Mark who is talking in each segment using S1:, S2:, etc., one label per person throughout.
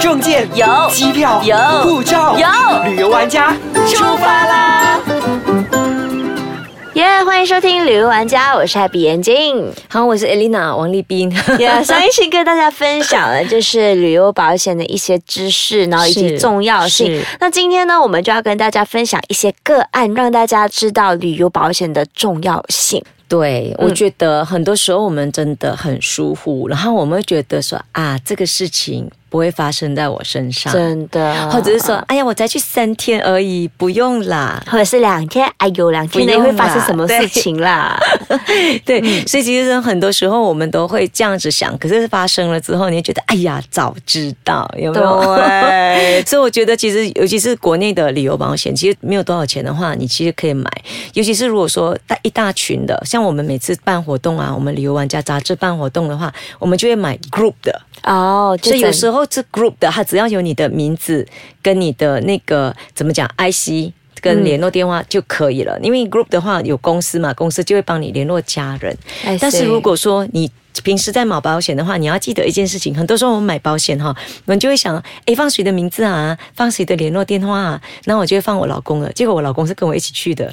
S1: 证件
S2: 有
S1: 机票
S2: 有
S1: 护照
S2: 有
S1: 旅游玩家出发啦！
S2: 耶欢迎收听《旅游玩家》，我是 Happy 眼 镜。
S3: 好，我是 Elena 王 立斌。
S2: 也、上一期跟大家分享了就是旅游保险的一些知识，然后以及
S3: 是
S2: 重要性
S3: 是。
S2: 那今天呢，我们就要跟大家分享一些个案，让大家知道旅游保险的重要性。
S3: 对，我
S2: 嗯
S3: 觉得很多时候我们真的很疏忽，然后我们会觉得说啊，这个事情不会发生在我身上，
S2: 真的，
S3: 啊或者是说，哎呀，我才去三天而已，不用 啦。
S2: 或者是两天，哎呦，两天内
S3: 不用
S2: 会
S3: 啦
S2: 发生什么事情 啦？
S3: 对，
S2: 嗯
S3: 所以其实很多时候我们都会这样子想，可是发生了之后，你会觉得哎呀，早知道有没有？
S2: 对
S3: 所以我觉得其实尤其是国内的旅游保险，其实没有多少钱的话，你其实可以买。尤其是如果说大一大群的，像我们每次办活动啊，我们旅游玩家杂志办活动的话，我们就会买 group 的，
S2: 哦，就
S3: 所以有时
S2: 候
S3: 候这 group 的，它只要有你的名字跟你的那个怎么讲 IC。跟联络电话就可以了，因为 group 的话有公司嘛，公司就会帮你联络家人。
S2: I see
S3: 但是如果说你平时在买保险的话，你要记得一件事情，很多时候我们买保险哈，我们就会想，诶，放谁的名字啊，放谁的联络电话啊，然后我就会放我老公了，结果我老公是跟我一起去的，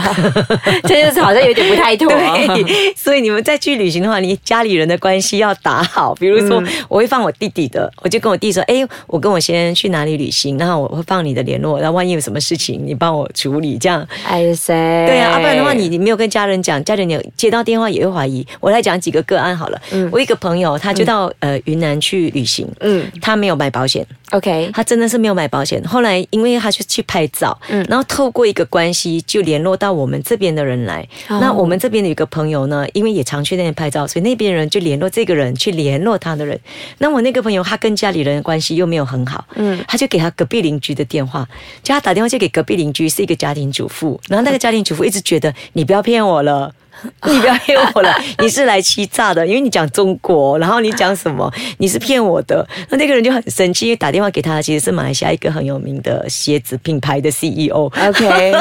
S2: 这就是好像有点不太妥。
S3: 对， 所以你们再去旅行的话，你家里人的关系要打好。比如说，我会放我弟弟的，我就跟我弟说：“哎、我跟我先生去哪里旅行，然后我会放你的联络，然后万一有什么事情，你帮我处理。”这样，
S2: 哎塞，
S3: 对啊，要、不然的话你，你没有跟家人讲，家人也接到电话也会怀疑。我来讲几个个案好了。我一个朋友，他就到、呃云南去旅行，
S2: 嗯
S3: 嗯，他没有买保险，
S2: OK，
S3: 他真的是没有买保险。后来因为他去去拍照，
S2: 嗯
S3: 然后透过一个关系就联络到我们这边的人来。
S2: 哦
S3: 那我们这边有一个朋友呢，因为也常去那边拍照，所以那边人就联络这个人去联络他的人。那我那个朋友他跟家里人的关系又没有很好，
S2: 嗯
S3: 嗯，他就给他隔壁邻居的电话，就他打电话就给隔壁邻居是一个家庭主妇，然后那个家庭主妇一直觉得你不要骗我了。 你不要骗我了，你是来欺诈的，因为你讲中国，然后你讲什么，你是骗我的。那那个人就很生气，因为打电话给他，其实是马来西亚一个很有名的鞋子品牌的 CEO。
S2: OK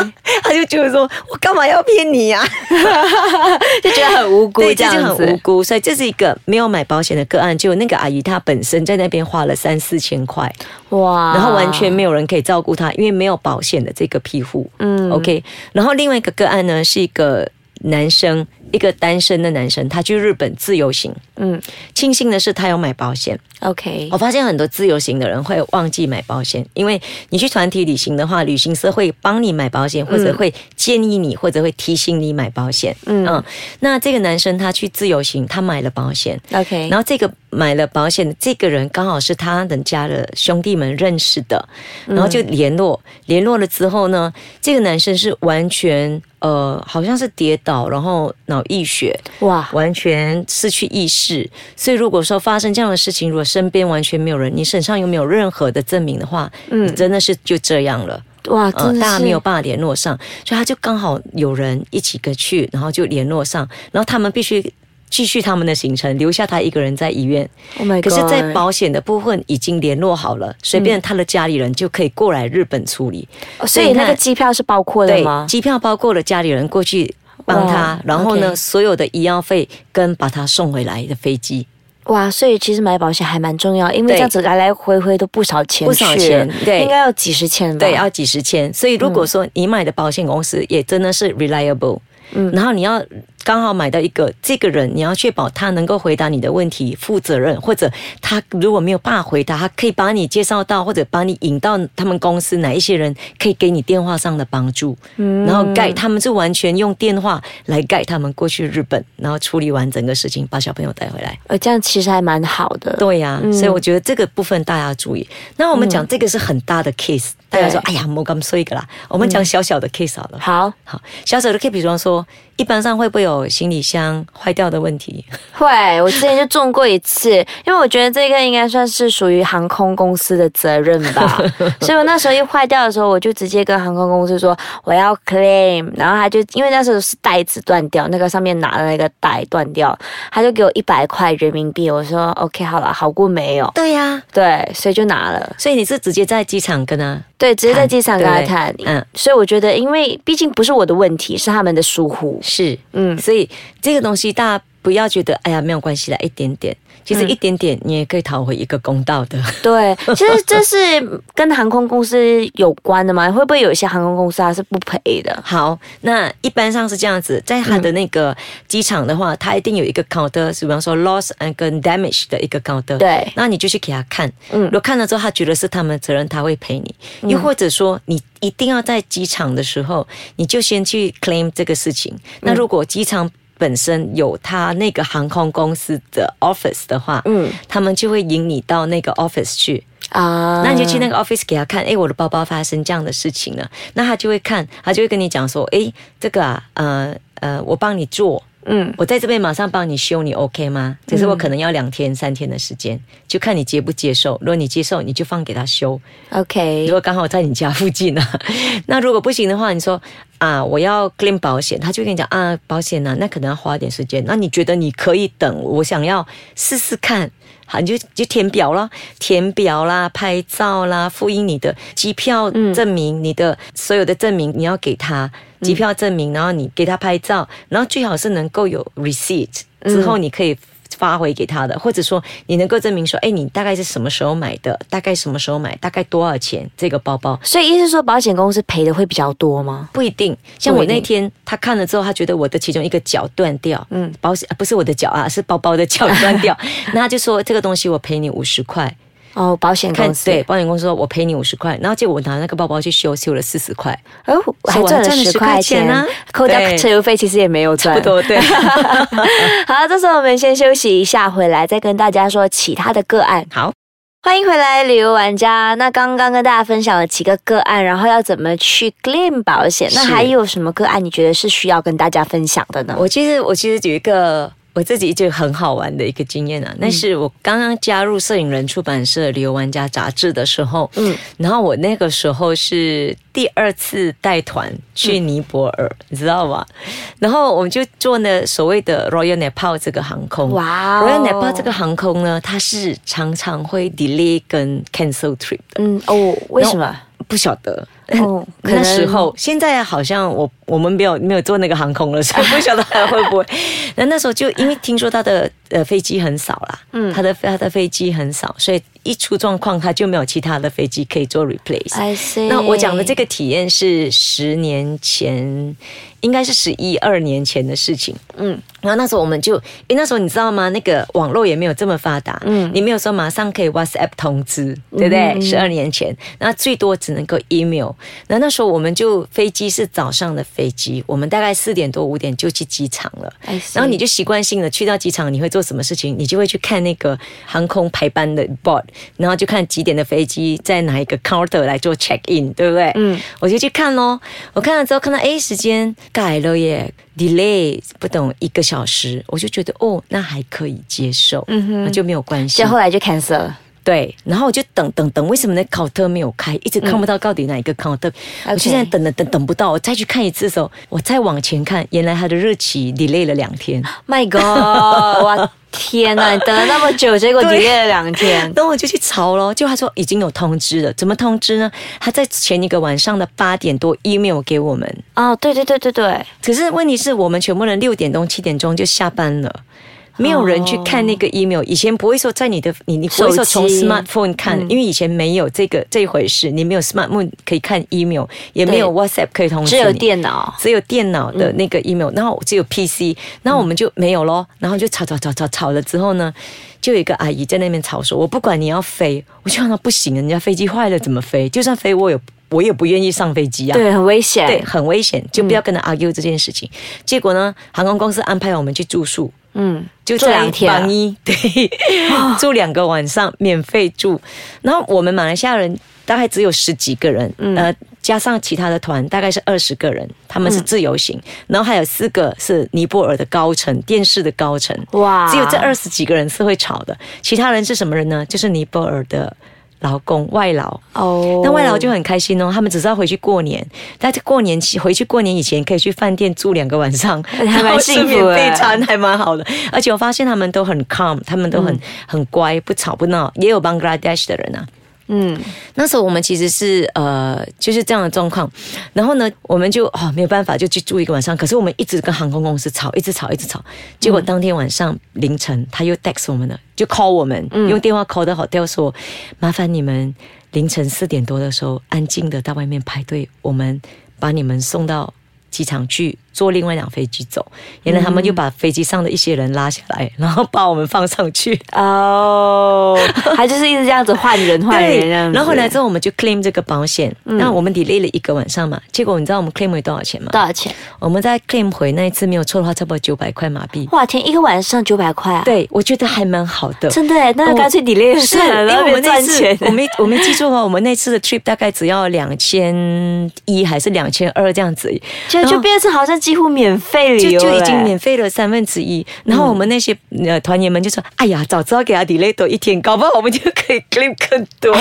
S3: 他就觉得说，我干嘛要骗你呀、
S2: 就觉得很无辜
S3: 对，
S2: 这
S3: 这就
S2: 样
S3: 很无
S2: 子。
S3: 辜，所以这是一个没有买保险的个案。就那个阿姨她本身在那边花了三四千块，
S2: 哇
S3: 然后完全没有人可以照顾她，因为没有保险的这个庇护。
S2: 嗯
S3: OK，然后另外一个个案呢是一个男生，一个单身的男生，他去日本自由行。
S2: 嗯
S3: 庆幸的是他有买保险。
S2: OK
S3: 我发现很多自由行的人会忘记买保险，因为你去团体旅行的话，旅行社会帮你买保险，或者会建议你，或者会提醒你买保险。
S2: 嗯
S3: 那这个男生他去自由行，他买了保险，
S2: OK，
S3: 然后这个买了保险的这个人刚好是他人家的兄弟们认识的，然后就联络，联络了之后呢，这个男生是完全呃，好像是跌倒，然后脑溢血，
S2: 哇
S3: 完全失去意识。所以如果说发生这样的事情，如果身边完全没有人，你身上又没有任何的证明的话，
S2: 嗯
S3: 你真的是就这样了。
S2: 哇，真的
S3: 呃，
S2: 是、
S3: 大家没有办法联络上，所以他就刚好有人一起跟去，然后就联络上，然后他们必须继续他们的行程，留下他一个人在医院。
S2: Oh my God，
S3: 可是，在保险的部分已经联络好了，随便他的家里人就可以过来日本处理。
S2: 哦所以
S3: 你看
S2: 那个机票是包括的
S3: 对
S2: 吗，？
S3: 机票包括了家里人过去帮他
S2: 哇，
S3: 然后
S2: OK
S3: 呢，所有的医药费跟把他送回来的飞机
S2: 哇，所以其实买保险还蛮重要，因为
S3: 对
S2: 这样子来来回回都不少钱去，
S3: 不少钱对
S2: 应该要几十千吧？
S3: 对，啊要几十千。所以如果说你买的保险公司也真的是 reliable，嗯，然后你要刚好买到一个这个人，你要确保他能够回答你的问题、负责任，或者他如果没有办法回答，他可以把你介绍到或者把你引到他们公司哪一些人可以给你电话上的帮助，嗯，然后盖他们是完全用电话来盖他们过去日本，然后处理完整个事情，把小朋友带回来。
S2: 呃，这样其实还蛮好的。
S3: 对呀、所以我觉得这个部分大家要注意。那我们讲这个是很大的 case，、大家说哎呀，莫咁衰个啦。我们讲小小的 case 好了。
S2: 好，
S3: 好，小小的 case，比方说，一般上会不会有行李箱坏掉的问题？
S2: 会，我之前就中过一次，因为我觉得这个应该算是属于航空公司的责任吧，所以我那时候一坏掉的时候，我就直接跟航空公司说我要 claim，然后他就因为那时候是带子断掉，那个上面拿的那个带断掉，他就给我一百块人民币，我说 OK 好了，好过没有，
S3: 对呀、
S2: 对，所以就拿了，
S3: 所以你是直接在机场跟他
S2: 对，直接在机场跟他
S3: 谈
S2: 谈
S3: 对，不对嗯
S2: 所以我觉得，因为毕竟不是我的问题，是他们的疏忽，
S3: 是，
S2: 嗯
S3: 所以这个东西大家不要觉得哎呀没有关系啦，一点点。其实一点点你也可以讨回一个公道的。
S2: 对，其实这是跟航空公司有关的嘛？会不会有一些航空公司它是不赔的？
S3: 好，那一般上是这样子，在它的那个机场的话，它一定有一个 counter，比方说 loss and 跟 damage 的一个 counter。
S2: 对
S3: 那你就去给他看，
S2: 嗯
S3: 如果看了之后他觉得是他们的责任，他会赔你。又或者说，你一定要在机场的时候，你就先去 claim 这个事情。
S2: 嗯
S3: 那如果机场本身有他那个航空公司的 office 的话，
S2: 嗯
S3: 他们就会引你到那个 office 去。
S2: 啊，
S3: 那你就去那个 office 给他看，诶，我的包包发生这样的事情了，那他就会看，他就会跟你讲说，诶，这个啊，呃呃，我帮你做。
S2: 嗯
S3: 我在这边马上帮你修，你 OK 吗？只是我可能要两天、三天的时间，就看你接不接受。如果你接受，你就放给他修；如
S2: ，OK，
S3: 果刚好在你家附近啊， 那如果不行的话，你说啊，我要 claim 保险，他就跟你讲啊，保险呢、那可能要花一点时间。那你觉得你可以等？我想要试试看。好，你就就填表啦，填表啦，拍照啦，复印你的机票证明，你的所有的证明你要给他机票证明，然后你给他拍照，然后最好是能够有 receipt，之后你可以发回给他的，或者说你能够证明说，哎，你大概是什么时候买的，大概什么时候买，大概多少钱这个包包。
S2: 所以意思说保险公司赔的会比较多吗？
S3: 不一定，像我
S2: 不一定
S3: 那天他看了之后，他觉得我的其中一个脚断掉，嗯，保险啊不是我的脚啊，是包包的 脚断掉，那他就说这个东西我赔你五十块，
S2: 哦，保险
S3: 看
S2: 公司
S3: 对，保险公司说我赔你五十块，然后结果我拿那个包包去修，修了四十块，
S2: 哦，我还
S3: 我
S2: 赚
S3: 还
S2: 了
S3: 赚了
S2: 十
S3: 10
S2: 块
S3: 块钱
S2: 钱
S3: 啊
S2: 扣掉
S3: 对
S2: 车油费其实也没有赚
S3: 不。多 对。
S2: 好，这时候我们先休息一下，回来再跟大家说其他的个案。
S3: 好，
S2: 欢迎回来，旅游玩家。那刚刚跟大家分享了几个个案，然后要怎么去 claim 保险？那
S3: 是
S2: 还有什么个案你觉得是需要跟大家分享的呢？
S3: 我其实我其实有一个我自己就很好玩的一个经验啊，那是我刚刚加入摄影人出版社《旅游玩家》杂志的时候，
S2: 嗯
S3: 嗯，然后我那个时候是第二次带团去尼泊尔，你知道吗？然后我们就坐那所谓的 Royal Nepal 这个航空，哇
S2: 哇哦
S3: ，Royal Nepal 这个航空呢，它是常常会 delay 跟 cancel trip 的。
S2: 嗯哦，为什么？
S3: 不晓得。
S2: 哦可能
S3: 那时候，现在好像我我们没有没有坐那个航空了，所以不晓得还会不会。那那时候就因为听说他的呃飞机很少啦，嗯，他的他的飞机很少，所以一出状况他就没有其他的飞机可以做 replace。
S2: I see
S3: 那我讲的这个体验是十年前，应该是十一二年前的事情。嗯，然后那时候我们就，诶，那时候你知道吗？那个网络也没有这么发达，嗯，你没有说马上可以 WhatsApp 通知，对不对？
S2: 嗯
S3: 十二、年前，那最多只能够 email。那那时候我们就飞机是早上的飞机，我们大概四点多五点就去机场了。
S2: I see
S3: 然后你就习惯性的去到机场，你会做什么事情？你就会去看那个航空排班的 board，然后就看几点的飞机在哪一个 counter 来做 check in，对不对？嗯，我就去看咯。我看了之后看到，哎，时间改了耶，delay 不懂一个小时，我就觉得哦，那还可以接受，嗯哼，那就没有关系
S2: 所以。后来就 cancel 了。
S3: 对，然后我就等等等，为什么那 counter 没有开，一直看不到到底哪一个 counter？、我就
S2: OK
S3: 现在等了等等不到，我再去看一次的时候，我再往前看，原来它的日期 delay 了两天。
S2: My God！哇，天呐，你等了那么久，结果 delay 了两天。
S3: 然后我就去查咯，就他说已经有通知了，怎么通知呢？他在前一个晚上的八点多 email 给我们，
S2: 哦，对对对对对，
S3: 可是问题是我们全部人六点钟、七点钟就下班了。没有人去看那个 email，、以前不会说在你的你你不会说从
S2: 哦手机嗯
S3: smartphone 看，因为以前没有这个这一回事，你没有 smartphone 可以看 email，也没有 WhatsApp 可以通知
S2: 只
S3: 你，
S2: 有电脑。
S3: 只有电脑的那个 email，、然后只有 PC，然后我们就没有咯，然后就吵吵吵吵吵了之后呢，就有一个阿姨在那边吵说，我不管你要飞，我就让她不行，人家飞机坏了怎么飞？就算飞我也我也不愿意上飞机啊。
S2: 对，很危险。
S3: 对，很危险，就不要跟他 argue 这件事情。结果呢，航空公司安排我们去住宿，
S2: 嗯，
S3: 就
S2: 住两
S3: 在
S2: 天啊哦
S3: 榜一， 对，住两个晚上免费住。然后我们马来西亚人大概只有十几个人，
S2: 嗯
S3: 呃，加上其他的团大概是二十个人，他们是自由行，
S2: 嗯
S3: 然后还有四个是尼泊尔的高层，电视的高层。
S2: 哇
S3: 只有这二十几个人是会吵的，其他人是什么人呢？就是尼泊尔的劳工外劳。
S2: 哦，
S3: 那外劳就很开心哦，他们只是要回去过年，但是过年期回去过年以前可以去饭店住两个晚上，
S2: 还蛮幸福的
S3: 然后吃免费餐还蛮好的。而
S2: 嗯
S3: 且我发现他们都很 calm，他们都很、很乖，不吵不闹。也有 Bangladesh 的人啊，
S2: 嗯，
S3: 那时候我们其实是呃就是这样的状况，然后呢，我们就哦没有办法就去住一个晚上，可是我们一直跟航空公司吵，一直吵，一直吵，结果当天晚上凌晨他又 text 我们了，就 call 我们，用电话 call 的 hotel 说，麻烦你们凌晨四点多的时候安静的到外面排队，我们把你们送到。机场去坐另外一辆飞机走，原来他们又把飞机上的一些人拉下来，然后把我们放上去。
S2: 哦，他就是一直这样子换人换人
S3: 对，
S2: 这样子。嗯
S3: 然后后来之后我们就 claim 这个保险，那我们 delay 了一个晚上嘛，结果你知道我们 claim 回多少钱吗？
S2: 多少钱？
S3: 我们在 claim 回那一次没有错的话，差不多九百块马币。
S2: 哇天，一个晚上九百块啊！，
S3: 对，我觉得还蛮好的。
S2: 真的耶，那
S3: 哦
S2: 干脆 delay
S3: 是，
S2: 算了，
S3: 因为
S2: 那
S3: 我
S2: 边
S3: 们那
S2: 赚
S3: 次
S2: 钱。
S3: 我没我没记住哦，我们那次的 trip 大概只要两千一还是两千二这样子而已，
S2: 就
S3: 然
S2: 就
S3: 后
S2: 变成好像几乎免费旅
S3: 就
S2: 游
S3: 哦就已
S2: 了
S3: 经
S2: 耶
S3: 免费了三分之一。然后我们那些呃团员们就
S2: 嗯
S3: 说：“哎呀，早知道给他 delay 多一天，搞不好我们就可以 claim 更多。”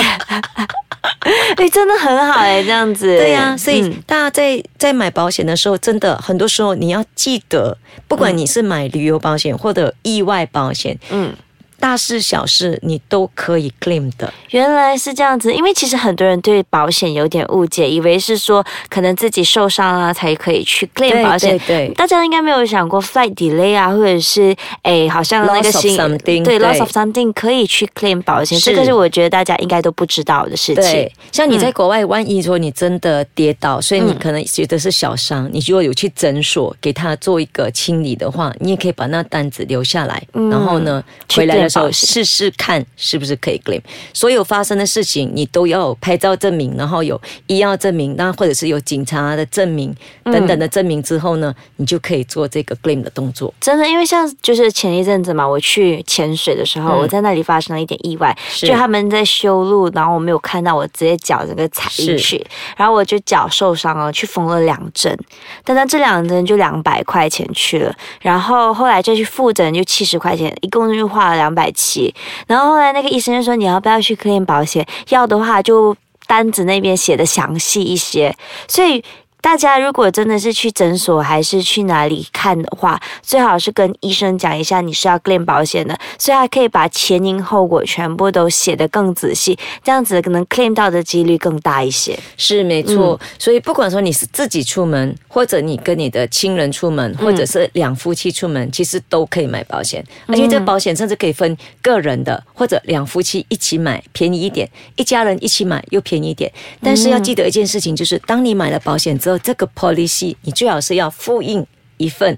S2: 哎、真的很好哎、这样子。
S3: 对呀、所以
S2: 嗯
S3: 大家在在买保险的时候，真的很多时候你要记得，不管你是买旅游保险或者意外保险，
S2: 嗯，
S3: 大事小事你都可以 claim 的。
S2: 原来是这样子，因为其实很多人对保险有点误解，以为是说可能自己受伤啊才可以去 claim 保险。
S3: 对对
S2: 大家应该没有想过 flight delay 啊，或者是哎，好像那个
S3: Loss of
S2: 新
S3: something，
S2: 对
S3: 对
S2: loss of something 可以去 claim 保险，
S3: 是
S2: 这个是我觉得大家应该都不知道的事情
S3: 对。，像你在国外，万一说你真的跌倒，所以你可能觉得是小伤，你如果有去诊所给他做一个清理的话，你也可以把那单子留下来，然后呢，
S2: 去
S3: 回来的
S2: claim
S3: 时候
S2: 保险
S3: 试试看是不是可以 claim。所有发生的事情，你都要有拍照证明，然后有医药证明，那或者是有警察的证明等等的证明之后呢，你就可以做这个 claim 的动作。
S2: 真的，因为像就是前一阵子嘛，我去潜水的时
S3: 嗯
S2: 候，我在那里发生了一点意外，
S3: 是
S2: 就他们在修路，然后我没有看到，我直接脚整个踩进去，然后我就脚受伤了，去缝了两针，但那这两针就两百块钱去了，然后后来就去复诊就七十块钱，一共就花了两百七，然后后来那个医生就说你要不要去 claim 保险，要的话就单子那边写的详细一些，所以。大家如果真的是去诊所还是去哪里看的话，最好是跟医生讲一下你是要 claim 保险的，所以他可以把前因后果全部都写得更仔细，这样子可能 claim 到的几率更大一些。
S3: 是没错，所以不管说你是自己出门，或者你跟你的亲人出门，或者是两夫妻出门，其实都可以买保险，而且这保险甚至可以分个人的或者两夫妻一起买，便宜一点；一家人一起买又便宜一点。但是要记得一件事情，就是当你买了保险之后，这个 policy 你最好是要复印一份，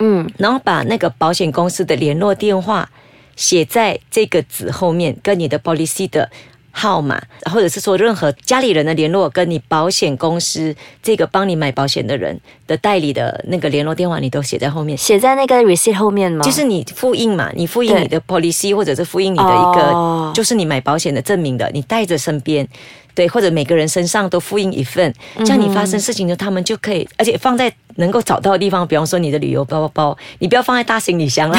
S2: 嗯，
S3: 然后把那个保险公司的联络电话写在这个纸后面，跟你的 policy 的号码，或者是说任何家里人的联络，跟你保险公司这个帮你买保险的人的代理的那个联络电话，你都写在后面。
S2: 写在那个 receipt 后面吗？
S3: 就是你复印嘛，你复印
S2: 对
S3: 你的 policy 或者是复印你的一个，
S2: 哦
S3: 就是你买保险的证明的，你带着身边，对，或者每个人身上都复印一份，这样你发生事情的时候他们就可以，而且放在能够找到的地方，比方说你的旅游包包包，你不要放在大行李箱 啦，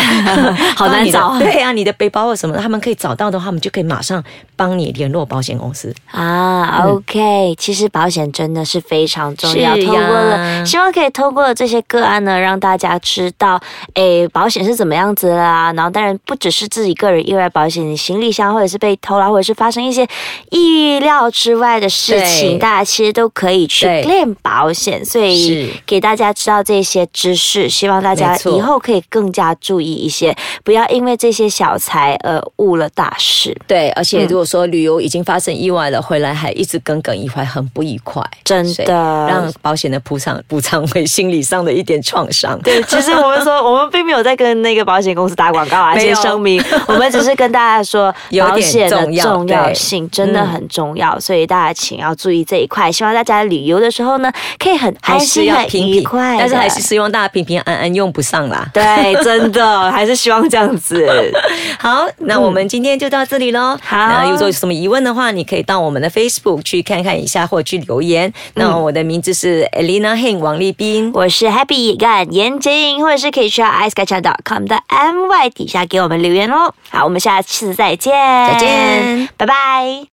S2: 好难找
S3: 放你的对啊，你的背包或什么，他们可以找到的话，他们就可以马上帮你联络保险公司。
S2: 啊，OK，其实保险真的是非常重要。
S3: 嗯是
S2: 透
S3: 呀
S2: 过了，希望可以透过这些个案呢，让大家知道，诶，保险是怎么样子啦、然后，当然不只是自己个人意外保险，你行李箱或者是被偷啦，或者是发生一些意料之外的事情，
S3: 对
S2: 大家其实都可以去
S3: 对
S2: claim 保险。所以
S3: 是
S2: 给大家知道这些知识，希望大家
S3: 没错
S2: 以后可以更加注意一些，不要因为这些小财而误了大事。
S3: 对，而且如果说旅游已经发生意外了，回来还一直耿耿于怀，很不愉快，
S2: 真的
S3: 所以让保险的补偿补偿回心理上的一点创伤。对，
S2: 其实我们说，我们并没有在跟那个保险公司打广告啊，
S3: 没
S2: 先
S3: 有
S2: 声明，我们只是跟大家说，
S3: 有
S2: 保
S3: 点
S2: 险的
S3: 重要
S2: 重要
S3: 对嗯
S2: 性真的很重要，所以大家请要注意这一块。希望大家旅游的时候呢，可以很
S3: 还
S2: 安
S3: 是
S2: 心、
S3: 要
S2: 很
S3: 平
S2: 愉
S3: 平，
S2: 快的，
S3: 但是还是希望大家平平安安用不上啦。
S2: 对，真的还是希望这样 子。
S3: 好，那我们今天就到这里喽。
S2: 嗯好
S3: 那如果有什么疑问的话，你可以到我们的 Facebook 去看看一下，或去留言。那
S2: 嗯
S3: 我的名字是 Elena Heng 王丽斌。
S2: 我是 Happy 干严谨，或者是可以去到 i c e k a c h a c o m 的 my 底下给我们留言哦。好，我们下次再见，
S3: 再见，
S2: 拜拜。